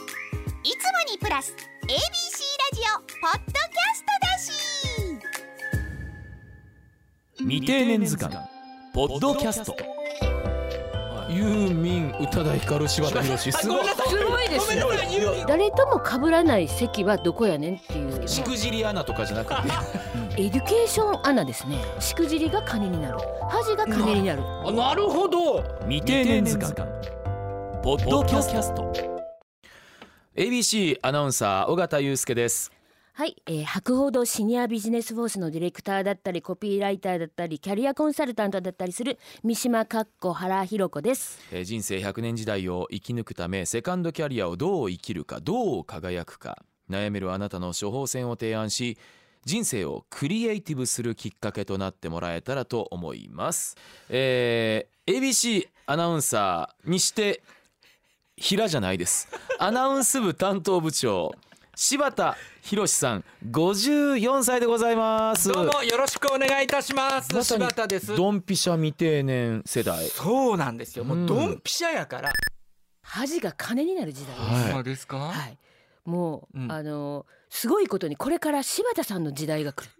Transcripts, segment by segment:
いつもにプラス ABC ラジオポッドキャストだし未定年図鑑ポッドキャストユーミン宇多田ヒカル柴田博士すごいすごいですよユーミン誰とも被らない席はどこやねんっていうしくじり穴とかじゃなくてエデュケーションアナですねしくじりが金になる恥が金になるあなるほど未定年図鑑ポッドキャスト ABC アナウンサー尾形祐介ですはい、えー、博報堂シニアビジネスフォースのディレクターだったりコピーライターだったりキャリアコンサルタントだったりする三島かっこ原ひろ子ですえー人生100年時代を生き抜くためセカンドキャリアをどう生きるかどう輝くか悩めるあなたの処方箋を提案し人生をクリエイティブするきっかけとなってもらえたらと思います、えー ABC アナウンサーにして平じゃないですアナウンス部担当部長柴田博さん54歳でございますどうもよろしくお願いいたします、まさに柴田ですドンピシャ未定年世代そうなんですよもううんドンピシャやから、恥が金になる時代ですはいそうですか、はい、もう、うんあのーすごいことにこれから柴田さんの時代が来る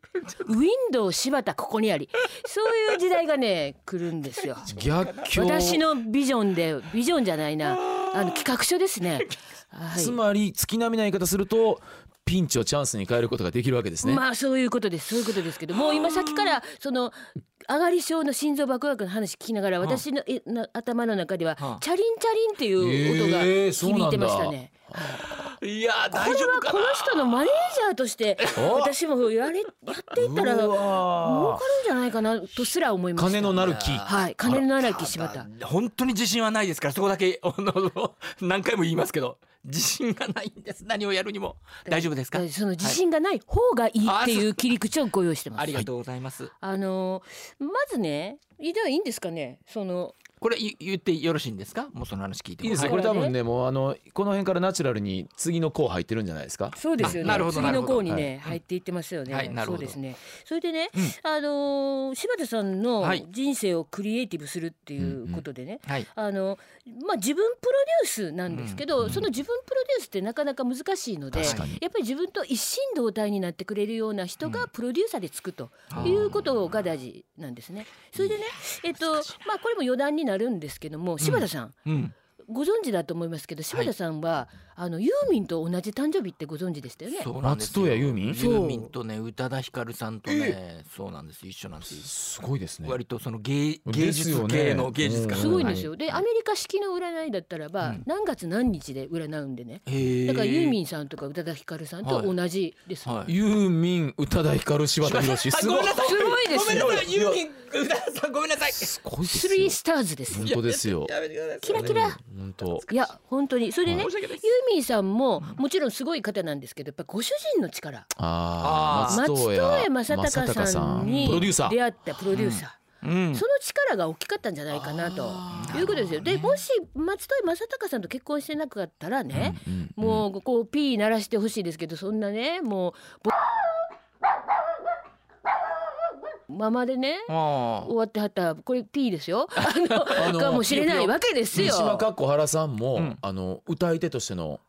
ウィンドウ柴田ここにありそういう時代がね来るんですよ逆境私のビジョンでビジョンじゃないなあの企画書ですね。はいつまり月並みな言い方するとピンチをチャンスに変えることができるわけですね。まあそういうことですそういうことですけどもう今さっきからその上がり症の心臓爆薬の話聞きながらん私のえな頭の中でうはんチャリンチャリンっていう音がへえそう響ないんだてましたね。いやー大こ丈れは夫かこの人のマネージャーとしてお私もやれやっていったらう儲わかるんじゃないかなとすら思いーました。金のなる木。はい金の荒木柴田。な本当に自信はないですからそこだけあの 何回も言いますけど自信がないんです何をやるにも大丈夫ですかその自信がない方がいいっていう切り口をご用意してます。ありがとうございます、あのーまずね、いではいいんですかね、そのこれ言言ってよろしいんですかもうその話聞いていいですはね。これ多分ねもうあのこの辺からナチュラルに次の項入ってるんじゃないですか。そうですよあなねるほ。ど次の項になるほどね、入っていってますよね。はいなるそほうどですね。それでね、あのー柴田さんのはい人生をクリエイティブするっていうことでね。はいあのまあ、自分プロデュースなんですけど、その自分プロデュースってなかなか難しいのでやっ確ぱかにり自分と一心同体になってくれるような人がプロデューサーでつくということが大事なんですね。それでね、えっとまあ、これも余談になるんですけども柴田さん、うんご存知だと思いますけど柴田さんは、あのユーミンと同じ誕生日ってご存知でしたよね。そうなんですよ松任谷由実ユーミンとね宇多田ヒカルさんとねそうなんです一緒なんですよすごいですね。割とその芸芸です術よね系の芸術家すごいんですよよ。で、アメリカ式の占いだったらば、うん何月何日で占うんでね。だだからユーミンンさんとか宇多田ヒカルさんと同じです。はいユーミン宇多田ヒカル柴田博士すごい。すごいですよごめんなさいユーミン宇多田さんごめんなさいすごいですスリーよ。スターズです。本当ですよ。やめてくださいキラキラ。本当。いや本当にそれでね、はいユーミンさんももちろんすごい方なんですけどやっぱご主人の力あああー松任谷正正隆隆さんにプロデューサー出。会ったプロデューサー。うんその力が大きかったんじゃないかなということですよ。でもし松任谷正隆さんと結婚してなかったらね、もうこうピー鳴らしてほしいですけどそんなねもうぼままでねあ終わってはったらこれピー ですよあのあのかもしれないわけです三よ。島かっこ原さんも、うんあの歌い手としての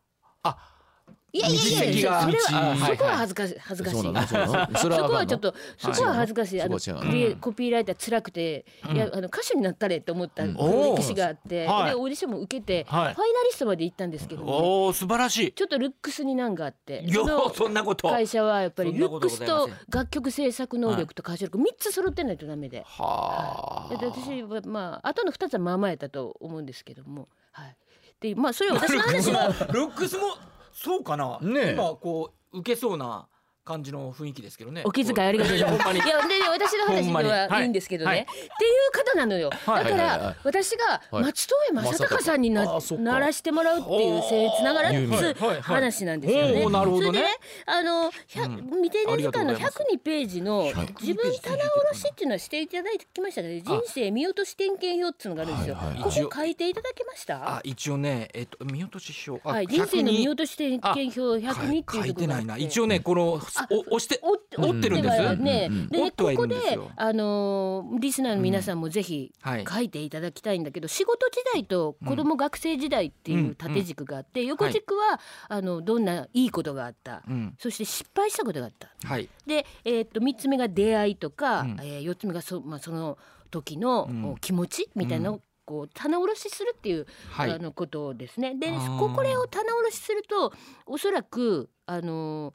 いやいやいや道それがは道あそこは恥ずかしい恥ずかしい。そうなのそうなのそれはそあこかはんちょっのとそこは恥ずかしいあのそこは違うクのリエコピーライター辛くて、いやあの歌手になったれと思ったうん歴史があって、おーはいでオーディションも受けて、はいファイナリストまで行ったんですけどもおお素晴らしちょっとルックスに難があっていそのよそんなこと会社はやっぱりそんルなこッとクござスいませんと楽曲制作能力と歌唱力3つ揃ってないとダメではで私はまああとの2つはまあまあやったと思うんですけども、はい、でまあそれは私の話はあルックスもそうかなねえ今こう受けそうな感じの雰囲気ですけどねお気遣いありがとうございます。いや、で、で私のほん話まにでははいいいんですけどね、はいっていう方なのよ。はいはいだかはいはいら、私がはい松任谷正隆さんにな、正隆あそっかならしてもらうっていう僭越ながら有名つはいはい話なんですよね。おーなるほそれどでねね、あの、100未定年時間あのりがとう102ページの自分棚卸しっていうのはしていただいてきましたね。人生見落とし点検表っていうのがあるんですよ。はいはいここ書いていただけましたあ。一応ねえっと見落とし表あはい、人生の見102落とし点検表102って書いいうとこてろがないあってな一応ねこのお押して折っ折ってるんです折はねうんうんうんで折ってはいこるこんでですよあのーリスナーの皆さんもぜひはい書いていただきたいんだけど、仕事時代と子供学生時代っていう縦軸があって、横軸は、あのどんないいことがあった、うんそして失敗したことがあったはいで、えーっと3つ目が出会いとか、うんえー4つ目がそ,、まあ、その時の、うんお気持ちみたいなのを、こう棚卸しするっていう、はあいのことですね。であーここれを棚卸しするとおそらくあの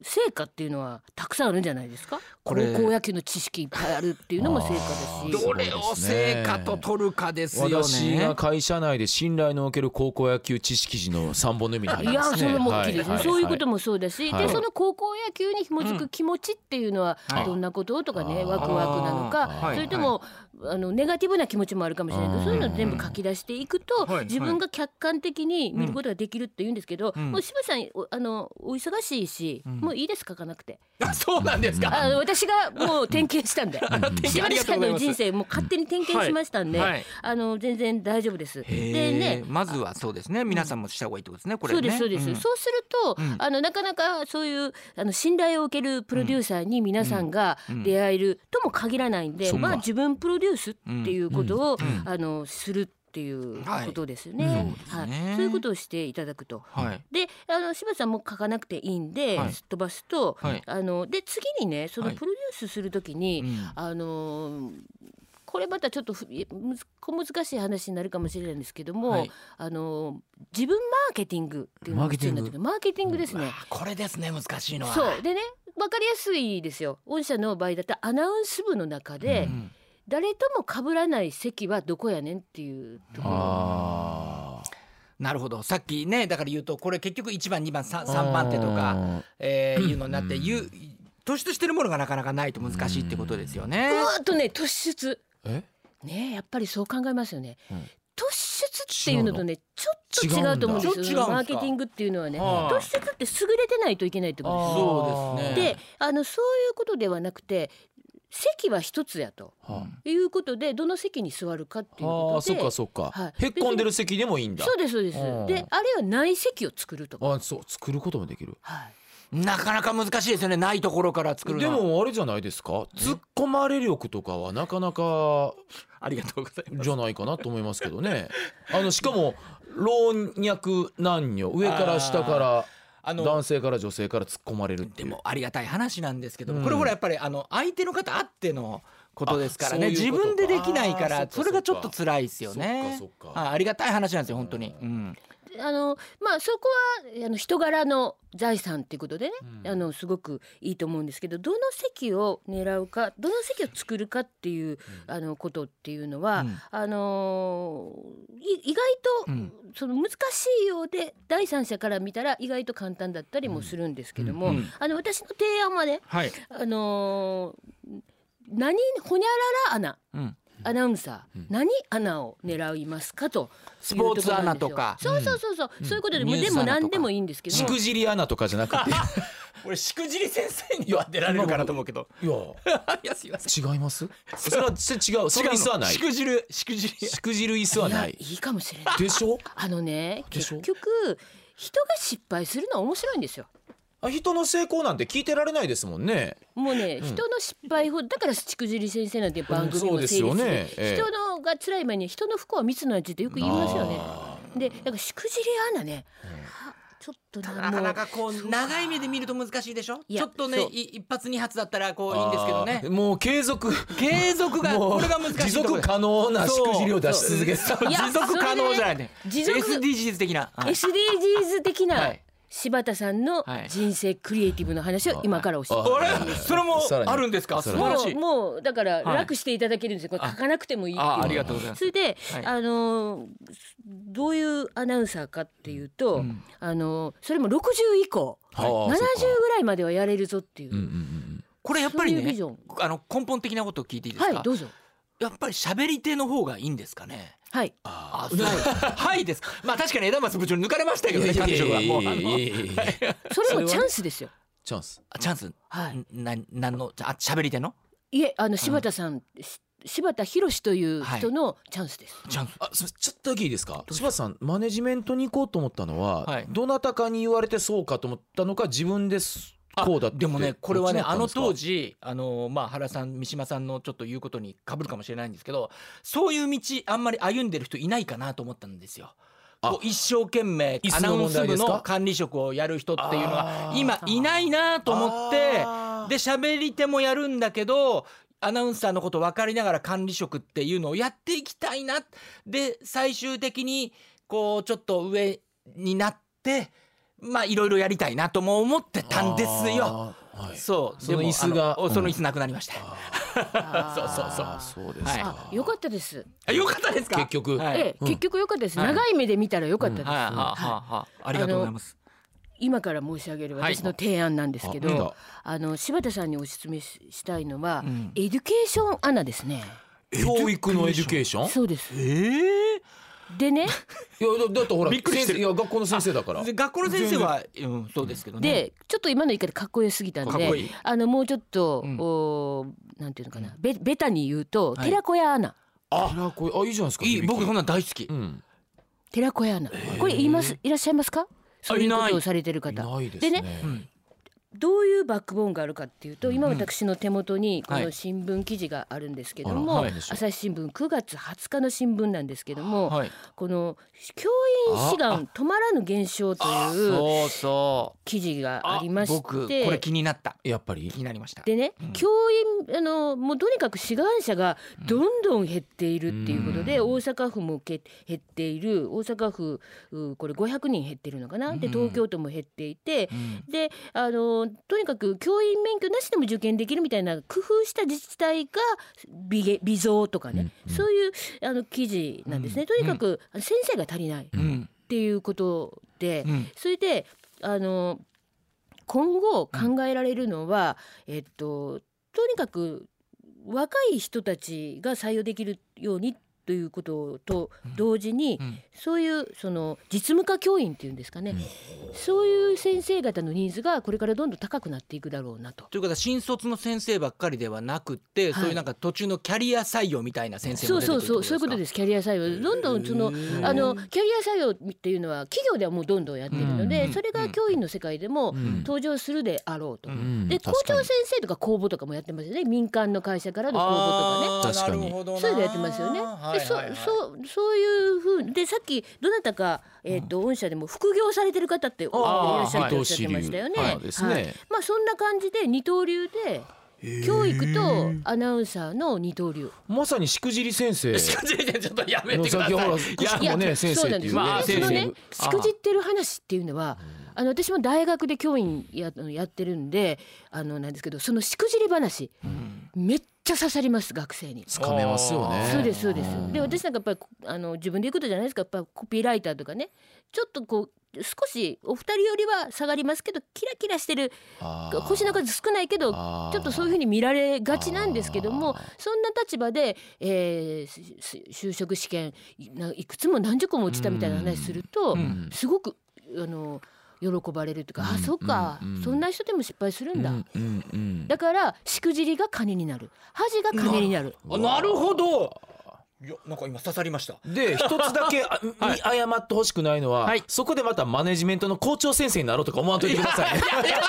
成果っていうのはたくさんあるんじゃないですかこれ高校野球の知識いっぱいあるっていうのも成果あーだしどれを成果と取るかですよね私が会社内で信頼のおける高校野球知識時の三本の指に入いりやますねそれも大きいですね、ははそういうこともそうだし、はいでその高校野球に紐づく気持ちっていうのははいどんなこととかね、あーワクワクなのあかーはいそれとも、あのネガティブな気持ちもあるかもしれないけどうんそういうの全部書き出していくと、はい自分が客観的に見ることができるって言うんですけど、うんもう渋さんおあのお忙しいし、んもういいです書かなくてあそうなんですかあの私がもう点検したんで 渋ありがとさうんございのます人 生もう勝手に点検しましたんで、はいはいあの全然大丈夫です。でへねーまずはそうですね皆さんもした方がいいってことですねこれねそうですそうです、んそうすると、うんあのなかなかそういうあの信頼を受けるプロデューサーに皆さんがうん出会えるとも限らないんで、そうかまあ自分プロデュースっていうことを、んうんあのするっていうことですよね。ははいいそうですねそういうことをしていただくと。はいであの柴田さんも書かなくていいんで、はいすっ飛ばすと、はいあので次にねそのはいプロデュースするときに、うんあのーこれまたちょっとふむず小難しい話になるかもしれないんですけども、はいあのー自分マーケティングっていうのが必要になってくるマーケティングですね。あこれですね難しいのはそうでね分かりやすいですよ御社の場合だったらアナウンス部の中で、ん誰とも被らない席はどこやねんっていうところあなるほどさっきねだから言うとこれ結局1番2番 3, ー番手とか、あえーいうのになって言う突出してるものがなかなかないと難しいってことですよねう。わーっとね突ー出えねやっぱりそう考えますよね、うん突出っていうのとねちょっと違うと思うんです違うんよだマーケティングっていうのはねはい突出って優れてないといけないってことですよそうですねであのそういうことではなくて席は一つやとはいうことでどの席に座るかっていうああこーとそっでかそっか、はいへっこんでる席でもいいんだそうですそうですうんであるいはない席を作るとか、あそう作ることもできるはい、なかなか難しいですよねないところから作るのではもあれじゃないですか突っ込まれ力とかはなかなかありがとうございますじゃないかなと思いますけど ねあのしかも老若男女上から下からあの男性から女性から突っ込まれるってでいうもありがたい話なんですけども、うんこれほらやっぱりあの相手の方あってのことですからねあそうい自うこと分でできないかあらーそそっかそっかれがちょっと辛いですよねそっかそっかあありがたい話なんですよ本当に、うんあのまあそこはあの人柄の財産っていうことでね、あのすごくいいと思うんですけどどの席を狙うかどの席を作るかっていう、あのことっていうのは、うんあのい意外と、うんその難しいようで第三者から見たら意外と簡単だったりもするんですけども、うんうんあの私の提案はねはい、あのー何ほにゃらら穴うん、アナウンサー、何穴を狙いますかとスポーツアナとかそうそうそうそう、そういうことでもニュースでアナともか何でもいいんですけどしくじり穴とかじゃな くて俺しくじり先生には出られるかなと思うけどいや いやすいません違いますそれはそれ違うそれ違う椅子はないしくじるしくじりしくじる椅子はいやないいいかもしれないでしょあのねでし結ょ局人が失敗するのは面白いんですよあ人の成功なんて聞いてられないですもんねもうね、人の失敗ほどだからしくじり先生なんて番組も成立する、うんそうですよねええ人のが辛い前に人の不幸は蜜の味ってよく言いますよねでだからしくじり穴ね、あちょっとななかなかこそうう長い目で見ると難しいでしょいちやょっとねそうい一発二発だったらこういいんですけどねあーもう継続継続がもうこれが難しい持とこ続ろ可能なしくじりを出し続けるそういや持続可能じゃないねそれでね持続 SDGs 的なはい SDGs は的ない柴田さんのはい人生クリエイティブの話を今から教えてあれそれもさらにあるんですか素さ晴らにらもしういもうだかはらい楽していただけるんですよ、これ書かなくてもいいっていうあありがとうございますそれで、はいあのーどういうアナウンサーかっていうと、うんあのーそれも60以降、はあ70そっかぐらいまではやれるぞっていう、うんうんうんこれやっぱりそういうビねジョンあの根本的なことを聞いていいですはいかどうぞやっぱり喋り手の方がいいんですかねはいあそう はいですかまあ確かに枝松部長に抜かれましたけどねいやい彼や女はいもうやあいやのいやいやいやそれもチャンスですよチャンスあチャンスはいななんのあ喋り手のいえあの柴田さん、し柴田博という人のチャンスです、チャンスあすいませんちょっとだけいいですか柴田さんマネジメントに行こうと思ったのは、はいどなたかに言われてそうかと思ったのか自分ですこうだってでもねこれはねどっちあだのったん当です時あの、まあ、原さん三島さんのちょっと言うことにかぶるかもしれないんですけどそういう道あんまり歩んでる人いないかなと思ったんですよ。あこう一生懸命椅ア子ナのウン問ス題部ですかの管理職をやる人っていうのはあー今いないなと思ってあーで喋り手もやるんだけどアナウンサーのこと分かりながら管理職っていうのをやっていきたいなで最終的にこうちょっと上になってまあいろいろやりたいなとも思ってたんですよ。あーはいそうその椅子がでもあのうんその椅子なくなりました。 そうそうそうあーそうですはいかあ、よかったです。あよかったですか結局はいええ、うん結局よかったです。はい長い目で見たらよかったではいはあはす。あはあありがとうございます。今から申し上げるはい私の提案なんですけあなんどだ、あの柴田さんにお勧めししたいのはうん、エデュケーションアナですね。教育のエデュケーションそうです。ええでいね、やだだってほらびっくりして先生いや学校の先生だからで学校の先生は、うん、そうですけどね。で、ちょっと今の言い方かっこよすぎたんかっこいでい、あのもうちょっとうんおーなんていうのかな、べベタに言うとはい寺子屋アナ、あ寺子屋あいいじゃないですかいい響き僕そんなん大好きう。ん寺子屋アナ。これ言いますいらっしゃいますか？そういうこいないとをされてるい方。ないですねでうんどういうバックボーンがあるかっていうと今私の手元にこはのい新聞記事があるんですけどあらもはい朝日新聞9月20日の新聞なんですけどもはい。この教員志願止まらぬ現象というそうそう。記事がありまし僕これて気になった。やっぱり気になりました。でねうん教員あのもうとにかく志願者がどんどん減っているっていうことでう大ん阪府もけ減っている大阪府うこれ500人減ってるのかなでうん東京都も減っていてうんであのとにかく教員免許なしでも受験できるみたいな工夫した自治体が微げ微増とかね、うんうんそういうあの記事なんですうね、んとにかくあの先生が足りないっうんていうことで、うんそれであの今後考えられるのは、えっと、とにかく若い人たちが採用できるようにということと同時に、うんそういうその実務家教員っていうんですかね、そういう先生方のニーズがこれからどんどん高くなっていくだろうなと。ということは新卒の先生ばっかりではなくて、いそういうなんか途中のキャリア採用みたいな先生そもう出てくそるうそうそういうことですすキャリア採用どんどんそのあのキャリア採用っていうのは企業ではもうどんどんやってるのうんで、うんそれが教員の世界でもん登場するであろうと。うんで校長先生とか公募とかもやってますよね民間の会社からの公募とかね。確かににそういうのやってますよね。で、そ、そう、そういうふうで、さっきどなたか、えっ、と、御社でも副業されてる方って、いらっしゃるとおっしゃってましたよね。はいはいですねまあ、そんな感じで、二刀流で、教育とアナウンサーの二刀流。まさにしくじり先生しかし ちょっとやめてのくださ先い。ほらいしくやしくもね先そ生うなっんてでいす。うまあね先生そのねあ、しくじってる話っていうのは。あの私も大学で教員ややってるんであのなんですけどそのしくじり話、めっちゃ刺さります学生に。つかめますよねそうですそうですん。で私なんかやっぱりあの自分で言うことじゃないですかやっぱコピーライターとかねちょっとこう少しお二人よりは下がりますけどキラキラしてるあー腰の数少ないけどちあーょっとそういうふうに見られがちなんですけどもそんな立場で、えーすす就職試験いないくつも何十個も落ちたみたいな話するとうんすごくあの喜ばれるというか、あうんそっか、うんそんな人でも失敗するんだ、うんうんうんだからしくじりが金になる恥が金になる。あなるほど。いやなんか今刺さりました。で一つだけあ見誤ってほしくないのは、はいそこでまたマネジメントの校長先生になろうとか思わんといてくださいね。い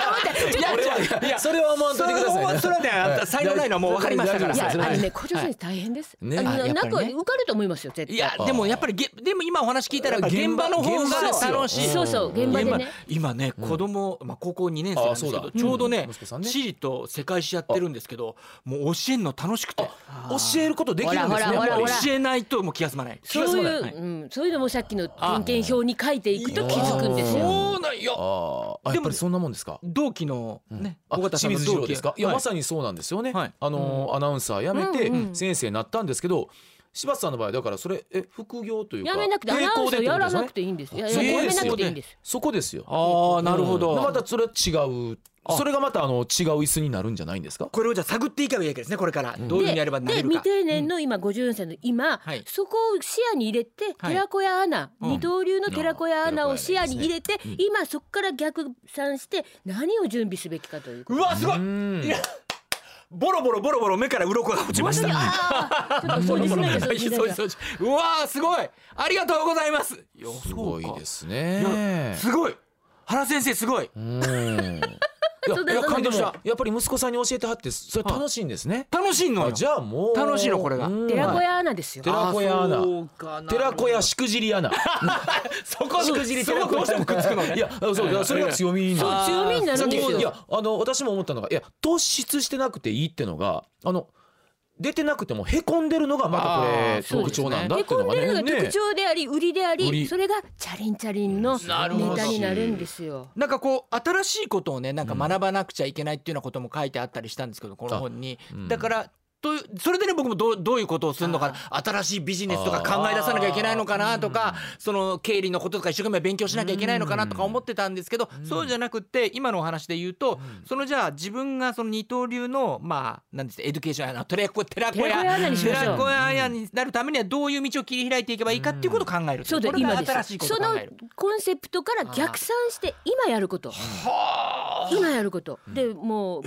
やいやそれは思わんそといてれくださいはね。それはねあんた才能ないのはもう分かりましたかあらい。や、それはあのね、校長先生大変です。ねああの、やっぱりなんねか受かると思いますよ、絶い対。やでもやっぱりげでも今お話聞いたらやっぱ現場の方が楽しい。現そうそう、現場でね。今ね子供、まあ高校2年生なんですけあそどうだちょうどね,、うん息子さんね地理と世界史やってるんですけどもう教えるの楽しくて教えることできるんですね。ほやらっぱほらほりら教えないともう気が済まないそう気が済いう、まないはいうん、そういうのもさっきの点検表に書いていくと気づくんですあよ。そうなんよあーあでやっもぱりそんなもんですか。同期のね、あ尾形さ清んの水次同郎期ですか。いや、はいまさにそうなんですよね。はいあのーアナウンサー辞めうんうてん先生になったんですけど、柴田さんの場合だからそれえ副業というかやめなくて、ア並ナウン行スでをってやことでらすねなくていいんです。いやいそやうですよねやめなくていいんです。そこですよ。ああなるほど、うんまたそれは違う。それがまたあの違う椅子になるんじゃないんですか。これをじゃあ探っていけばいいわけですねこれから、どういうふうにやればなでれる未か定年の今54歳の今、はいそこを視野に入れて、はい寺子屋アナ、うん二刀流の寺子屋アナを視野に入れて、うん今そこから逆算して何を準備すべきかということうわすごい、うんいやボロボロボロボロ目から鱗が落ちました、あーちょっと掃除しなきゃ掃除しなそうきゃそうそううわーすごいありがとうございますいやすごいですそうかいね や。すごい原先生すごいうん。えいやそうだいやそうだでもそうだやっぱり息子さんに教えてはってそれ楽しいんですね。楽しいのあよじゃあもう楽しいのこれがうん寺子屋アナですよ寺子屋アナあそうかな寺子屋しくじり穴。そこしくじり寺子屋そこどうしてもくっつくのねいやそうそれが強みなんですそう強みになるさっんできすいよやあの私も思ったのがいや突出してなくていいってのがあの出てなくてもへこんでるのがまたこあれーそ特うですね徴なんだっへていうこのんがでねるのがね特徴であり売りであ売りりそれがチャリンチャリンのなるほどネタになるんですよ。なんかこう新しいことをねなんか学ばなくちゃいけないっていうようなことも書いてあったりしたんですけどこの本にあうんだからというそれでね僕もどうどういうことをするのかな新しいビジネスとか考え出さなきゃいけないのかなとかその経理のこととか一生懸命勉強しなきゃいけないのかなとか思ってたんですけどそうじゃなくって今のお話で言うとそのじゃあ自分がその二刀流のまあなんですエデュケーションやな寺子寺子寺子屋アナ屋にしましょ寺う子屋になるためにはどういう道を切り開いていけばいいかっていうことを考えるそうだこれが今です新しいことをそ考のえるコンセプトから逆算して今やること今やることでもう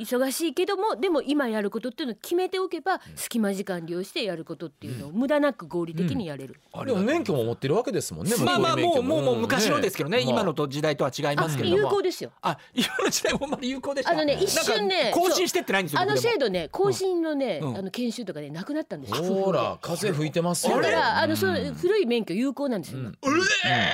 忙しいけどもでも今やることっていうのを決めておけば隙間時間利用してやることっていうのを無駄なく合理的にやれるでも免許も持ってるわけですもんね。まあまあもうもうもう昔のですけどね、今のとと時代とは違いあますけれど有も。効ですよあ今の時代もあんまり有効でした。あのねなんか一瞬ね更新してってないんですよ。あの僕でも制度ね更新のねうんあの研修とかねなくなったんですよほら風吹いてますよ。だからあうのんその古い免許有効なんですよ今うるえ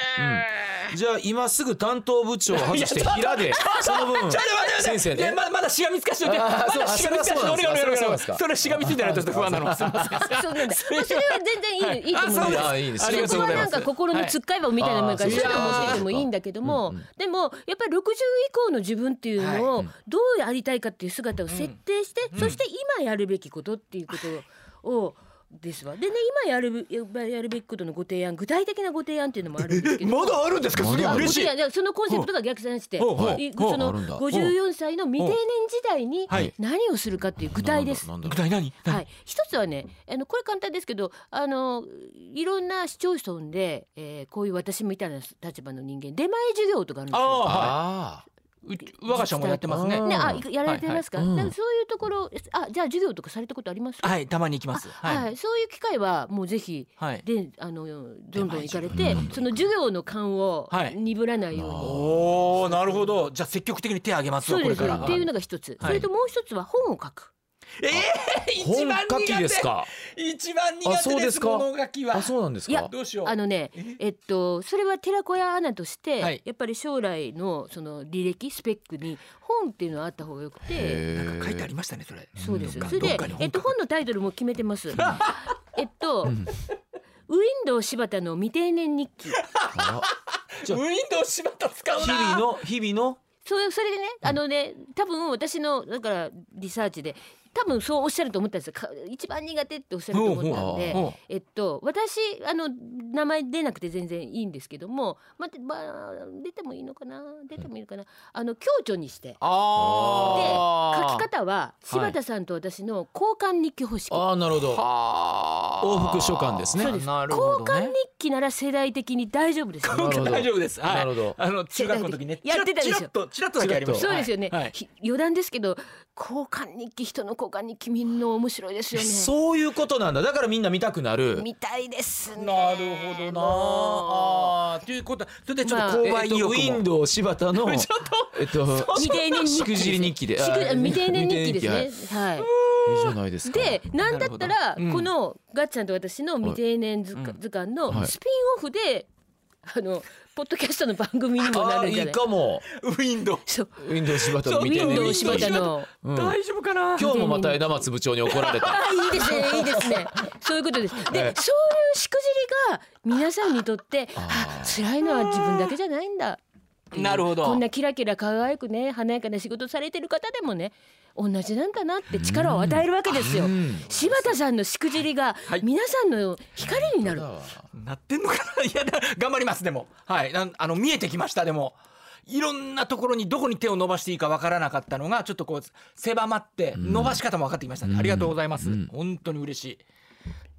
じゃあ今すぐ担当部長を外して いや平でその分ちょっと待って待って先生いねや。まだまだしがみつかしといてまあーだそうしがみつかしそとういて俺俺俺そうなん俺ですかそれしがみついてないとちょっと不安なのすいません そうなんだまあそれは全然いいいいと思あうそんうだですあいいですありがそとうこごはざいまなすんか心のつっかえ棒みたいなもんやから、はいそういうの持っててもあーいいんだけども、そうかでもやっぱり60以降の自分っていうのをどうありたいかっていう姿を設定して、そして今やるべきことっていうことをですわでね今やるやるべきことのご提案具体的なご提案っていうのもあるんですけどまだあるんですかすげえあ嬉しいご提案そのコンセプトが逆算して、ほうほういほうそのあるんだ54歳の未定年時代にはい何をするかっていう具体です。なんだ具ろう体何はい、一つはねあのこれ簡単ですけどあのいろんな市町村で、えー、こういう私みたいな立場の人間出前授業とかあるんですよ。あああはいうち我が社もやってますねあーね、うあんやられてますか,、はいはいうんだからそういうところあじゃあ授業とかされたことありますはいたまに行きますあはいはいそういう機会はもうぜひはいであのどんどん行かれ出前て授その授業の感をはい鈍らないように、おおなるほどじゃあ積極的に手あげますよそうこでれすからっていうのが一つ、はいそれともう一つは本を書く。ええあ本書きですか。一番あそうですか書きあそうなんですか。いやどうしよあのね、えっと、それは寺子屋アナとして、はいやっぱり将来のその履歴スペックに。本っていうのはあった方がよくて、なんか書いてありりましたねそれそうです。どっかそれでどっかに本書、くえっと、本のタイトルも決めてます。えっと、ウィンドウ柴田の未定年日記。じゃあウィンドウ柴田使う日な々の日々のそう、それでね、あのね、多分私の、だから、リサーチで。多分そうおっしゃると思ったんですよか。一番苦手っておっしゃると思ったほんうほうほうでほう、えっと私あの名前出なくて全然いいんですけども、まあ、まあ出てもいいのかな、出てもいいのかな、あの共著にして。で書あき方は柴田さんと私の交換日記方式。ああなるほど。は往復書簡ですねそうですなる交ほど換日ね記なら世代的に大丈夫ですよ。換日記大丈夫ですはいなるほどあの中学校の時ねやってたでしょチラッとチラッとだけやりましたそうですよね、はいはいひ余談ですけど交換日記人の交換日記みんな面白いですよね。そういうことなんだ。だからみんな見たくなる。みたいですね。なるほどなもあーということはそれでちょっと購買意欲もえっとウィンドウ柴田 の ちょっとえっとう。未定年日記しくじり日記でしくあー未定年日記で未定年すね。はい。いいじゃないですか。で、なんだったら、どうんこのガッチャンと私の未定年図鑑、うん図鑑はのいスピンオフで。あの、ポッドキャストの番組にもなあるんーじいゃないい。かも。ウィンドウそう、ウィンドウ柴田そのうウ見てィねンウドウィ柴田の。うん大丈夫かな今日もまた枝松部長に怒られた。あいいですねいいです ねそういうことですで、そういうしくじりが皆さんにとってあ辛いのは自分だけじゃないんだっていうなるほどこんなキラキラ輝くね華やかな仕事されてる方でもね同じなんだなって力を与えるわけですよ柴田さんのしくじりがはい皆さんの光になる、なってんのかな いやだ頑張りますでもはいなんあの見えてきましたでもいろんなところにどこに手を伸ばしていいかわからなかったのがちょっとこう狭まって伸ばし方も分かってきましたね、ありがとうございます、本当に嬉しい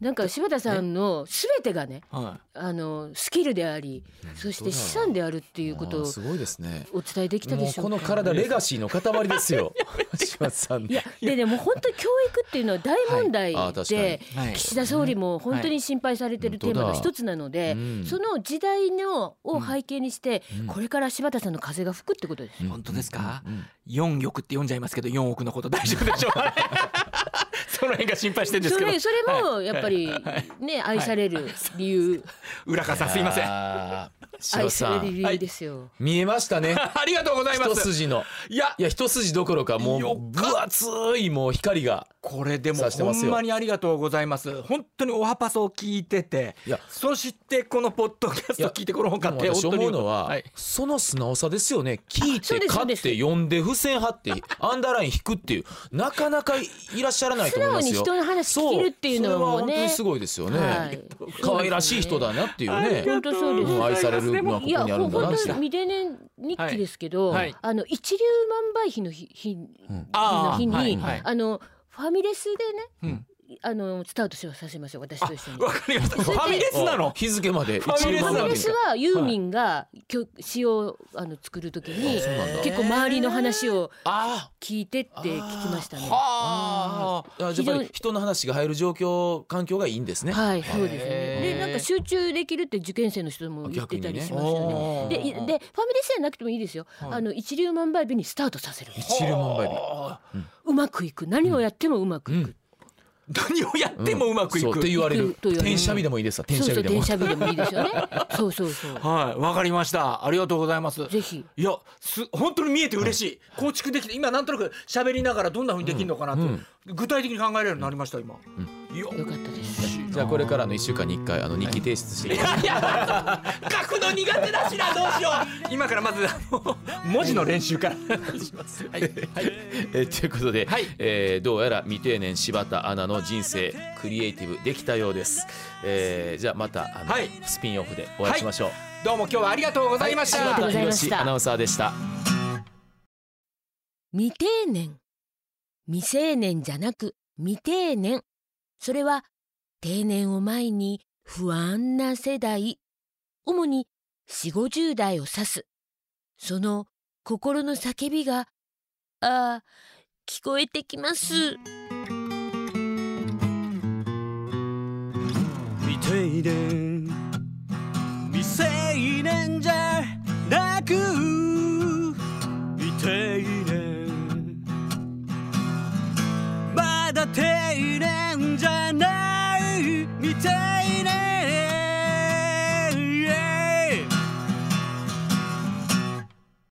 なんか柴田さんの全てがねはあのスキルでありそして資産であるっていうことあーをすごいですねお伝えできたでもうしょこうのか。体レガシーの塊です よ柴田さんいやでねもう本当に教育っていうのは大問題はいあー確かにでい、はい岸田総理も本当に心配されてるテーマの一つなので、うんその時代のを背景にして、うんこれから柴田さんの風が吹くってことです。本当ですかうんうん4億って読んじゃいますけど4億のこと大丈夫でしょうその辺が心配してるんですそけどれそれもやっぱりね愛される理由、浦川さんすいませんああー柴田愛さされるん理由ですよ。見えました ね りがとうございま一す筋のいやいや一筋どころかもよう分厚いもう光がこれでも察してほますんよまにありがとうございます本当におはパソを聞いてていやそしてこのポッドキャスト聞いてこの本買ってでも私本当に思うのは、はいその素直さですよね聞いそうてですそう買でっすて読んで付箋貼ってアンダーライン引くっていうなかなかいらっしゃらないと思素い直ますによ人の話聞けるっていうのはもうそれは本当ねにすごいですよね、はい可愛らしい人だなっていうありねがと本当そうですもう愛されるのはここいにやあるん本だなっ当てに未定年日記ですけど、はいはいあの一粒万倍日の日日あのー日にあ,、はいはいのファミレスうでねん、あのスタートしようさせましょう私と一緒に。わかりま したフれでァミレスなの日付までファミレスなフのァミレ一ス応はユーミンが曲詩をあの作るときにそうなんだ結構周りの話をあ聞いてって聞きましたね。はああやっぱり人の話が入る状況環境がいいんですね、はい、そうですへね。ーで、なんか集中できるって受験生の人も言ってたりしました逆にね。ねで、いで、おフーァミレスじゃなくてもいいですよ。はいあの一粒万倍日にスタートさせる。一粒万倍日うまくいく、何をやってもうまくいく。何をやってもうまくいそく、うって言われいるくと言われる転写日でもいいですわ転そ写うそ日う、でも電車日でもいいですよね。そうそうそう。はいわかりましたありがとうございますぜひ。いやす本当に見えて嬉しい、構築できて今なんとなく喋りながらどんなふうにできるのかなって、うん具体的に考えられるようになりました今、いやよかったです。じゃあこれからの1週間に1回あの日記提出していきますいや書くの苦手だしなどうしよう今からまずあの文字の練習からしますはい、えーということで、はいえーどうやら未定年柴田アナの人生クリエイティブできたようです、えーじゃあまたあの、はいスピンオフでお会いしましょう、どうも今日はありがとうございました、ありがとうございまし広た瀬アナウンサーでした未定年未成年じゃなく未定年それは定年を前に不安な世代主に4 5 0代を指すその心の叫びがああ聞こえてきます未定年未成年じゃなく未定年まだ定年じゃない未定